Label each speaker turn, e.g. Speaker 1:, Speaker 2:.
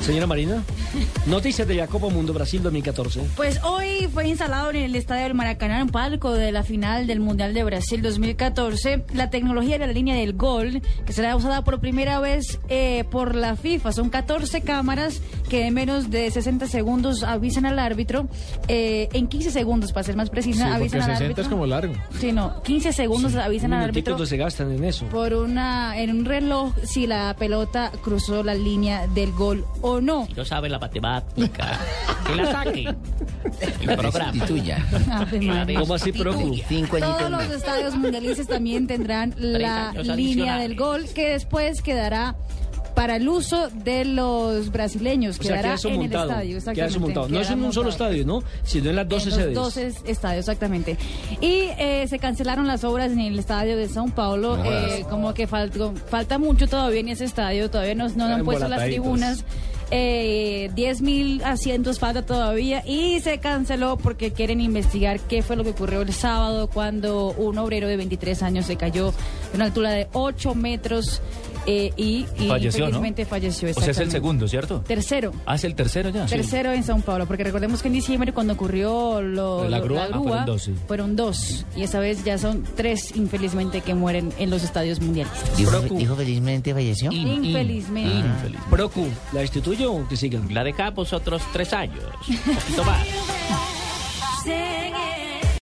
Speaker 1: Señora Marina, noticias de la Copa Mundo Brasil 2014.
Speaker 2: Pues hoy fue instalado en el Estadio del Maracaná un palco de la final del Mundial de Brasil 2014. La tecnología de la línea del gol, que será usada por primera vez eh, por la FIFA. Son 14 cámaras que en menos de 60 segundos avisan al árbitro. eh, en 15 segundos, para ser más
Speaker 3: Sí,
Speaker 2: precisa,
Speaker 3: porque
Speaker 2: avisan al
Speaker 3: 60
Speaker 2: árbitro.
Speaker 3: es como largo.
Speaker 2: Sí, no, 15 segundos avisan al árbitro.
Speaker 1: Minuticos se gastan en eso.
Speaker 2: por una en un reloj si la pelota cruzó la línea del gol o no.
Speaker 4: Yo sabe la matemática. Que la saque. El programa.
Speaker 5: Sustituya.
Speaker 2: Ave María.
Speaker 1: ¿Cómo así, Procu?
Speaker 5: Cinco
Speaker 2: Todos
Speaker 5: añitos
Speaker 2: los
Speaker 5: más.
Speaker 2: estadios mundialistas también tendrán la
Speaker 4: años
Speaker 2: línea del
Speaker 4: adicionales.
Speaker 2: gol que después quedará para el uso de los brasileños.
Speaker 1: O sea,
Speaker 2: quedará
Speaker 1: queda eso
Speaker 2: en
Speaker 1: montado.
Speaker 2: el estadio.
Speaker 1: Queda eso
Speaker 2: exactamente,
Speaker 1: montado. No es
Speaker 2: quedará
Speaker 1: en un solo
Speaker 2: montado.
Speaker 1: estadio, ¿no? Sino en las 12
Speaker 2: en
Speaker 1: sedes.
Speaker 2: los 12 estadios, exactamente. Y eh, se cancelaron las obras en el estadio de Sao Paulo. eh, como que faltó, falta mucho todavía en ese estadio. Todavía no, no han puesto las
Speaker 3: Embolataditos.
Speaker 2: tribunas. Eh, 10.000 asientos falta todavía y se canceló porque quieren investigar qué fue lo que ocurrió el sábado cuando un obrero de 23 años se cayó de una altura de 8 metros eh, y, y
Speaker 6: Falleció, ¿no?
Speaker 2: infelizmente falleció.
Speaker 6: O sea, es el
Speaker 2: exactamente.
Speaker 6: segundo, ¿cierto?
Speaker 2: Tercero.
Speaker 6: Ah, es el tercero ya.
Speaker 2: Tercero en Sao Paulo, porque recordemos que en diciembre cuando ocurrió lo,
Speaker 6: La
Speaker 2: lo-
Speaker 6: grúa, ah, fueron dos, sí.
Speaker 2: fueron dos, y esa vez ya son tres infelizmente que mueren en los estadios mundialistas.
Speaker 5: Dijo,
Speaker 1: Procu.
Speaker 5: dijo felizmente falleció.
Speaker 2: Infelizmente.
Speaker 6: Ah,
Speaker 1: Procu, ¿la instituyo o que sigan?
Speaker 4: La dejamos otros tres años. Un poquito más.